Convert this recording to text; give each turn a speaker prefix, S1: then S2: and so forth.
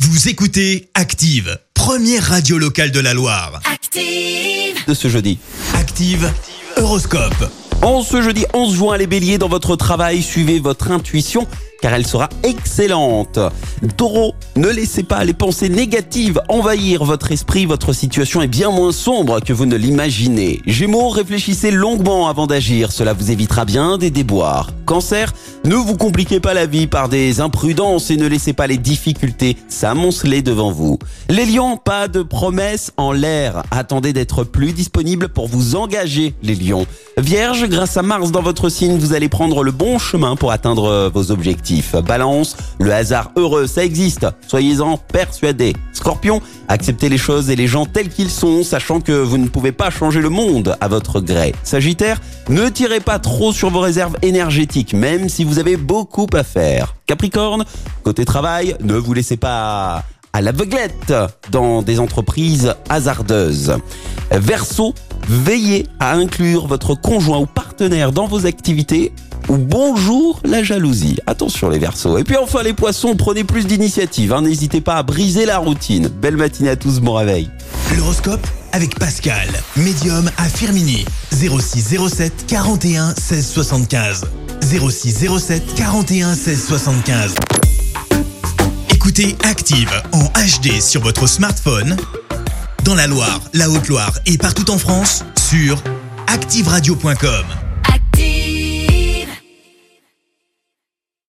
S1: Vous écoutez Active, première radio locale de la Loire.
S2: Active.
S3: de ce jeudi.
S1: Active Horoscope.
S3: En ce jeudi 11 juin, les béliers, dans votre travail, suivez votre intuition car elle sera excellente. Taureau, ne laissez pas les pensées négatives envahir votre esprit, votre situation est bien moins sombre que vous ne l'imaginez. Gémeaux, réfléchissez longuement avant d'agir, cela vous évitera bien des déboires. Cancer, ne vous compliquez pas la vie par des imprudences et ne laissez pas les difficultés s'amonceler devant vous. Les lions, pas de promesses en l'air. Attendez d'être plus disponible pour vous engager, les lions. Vierge, grâce à Mars dans votre signe, vous allez prendre le bon chemin pour atteindre euh, vos objectifs. Balance, le hasard heureux, ça existe. Soyez-en persuadés. Scorpion, acceptez les choses et les gens tels qu'ils sont, sachant que vous ne pouvez pas changer le monde à votre gré. Sagittaire, ne tirez pas trop sur vos réserves énergétiques, même si vous avez beaucoup à faire. Capricorne, côté travail, ne vous laissez pas à l'aveuglette dans des entreprises hasardeuses. Verso, veillez à inclure votre conjoint ou partenaire dans vos activités ou bonjour la jalousie. Attention les versos. Et puis enfin les poissons, prenez plus d'initiative. hein. N'hésitez pas à briser la routine. Belle matinée à tous, bon réveil.
S1: L'horoscope avec Pascal, médium à Firmini. 0607 41 16 75. 0607 41 16 75. Écoutez Active en HD sur votre smartphone, dans la Loire, la Haute-Loire et partout en France, sur activeradio.com.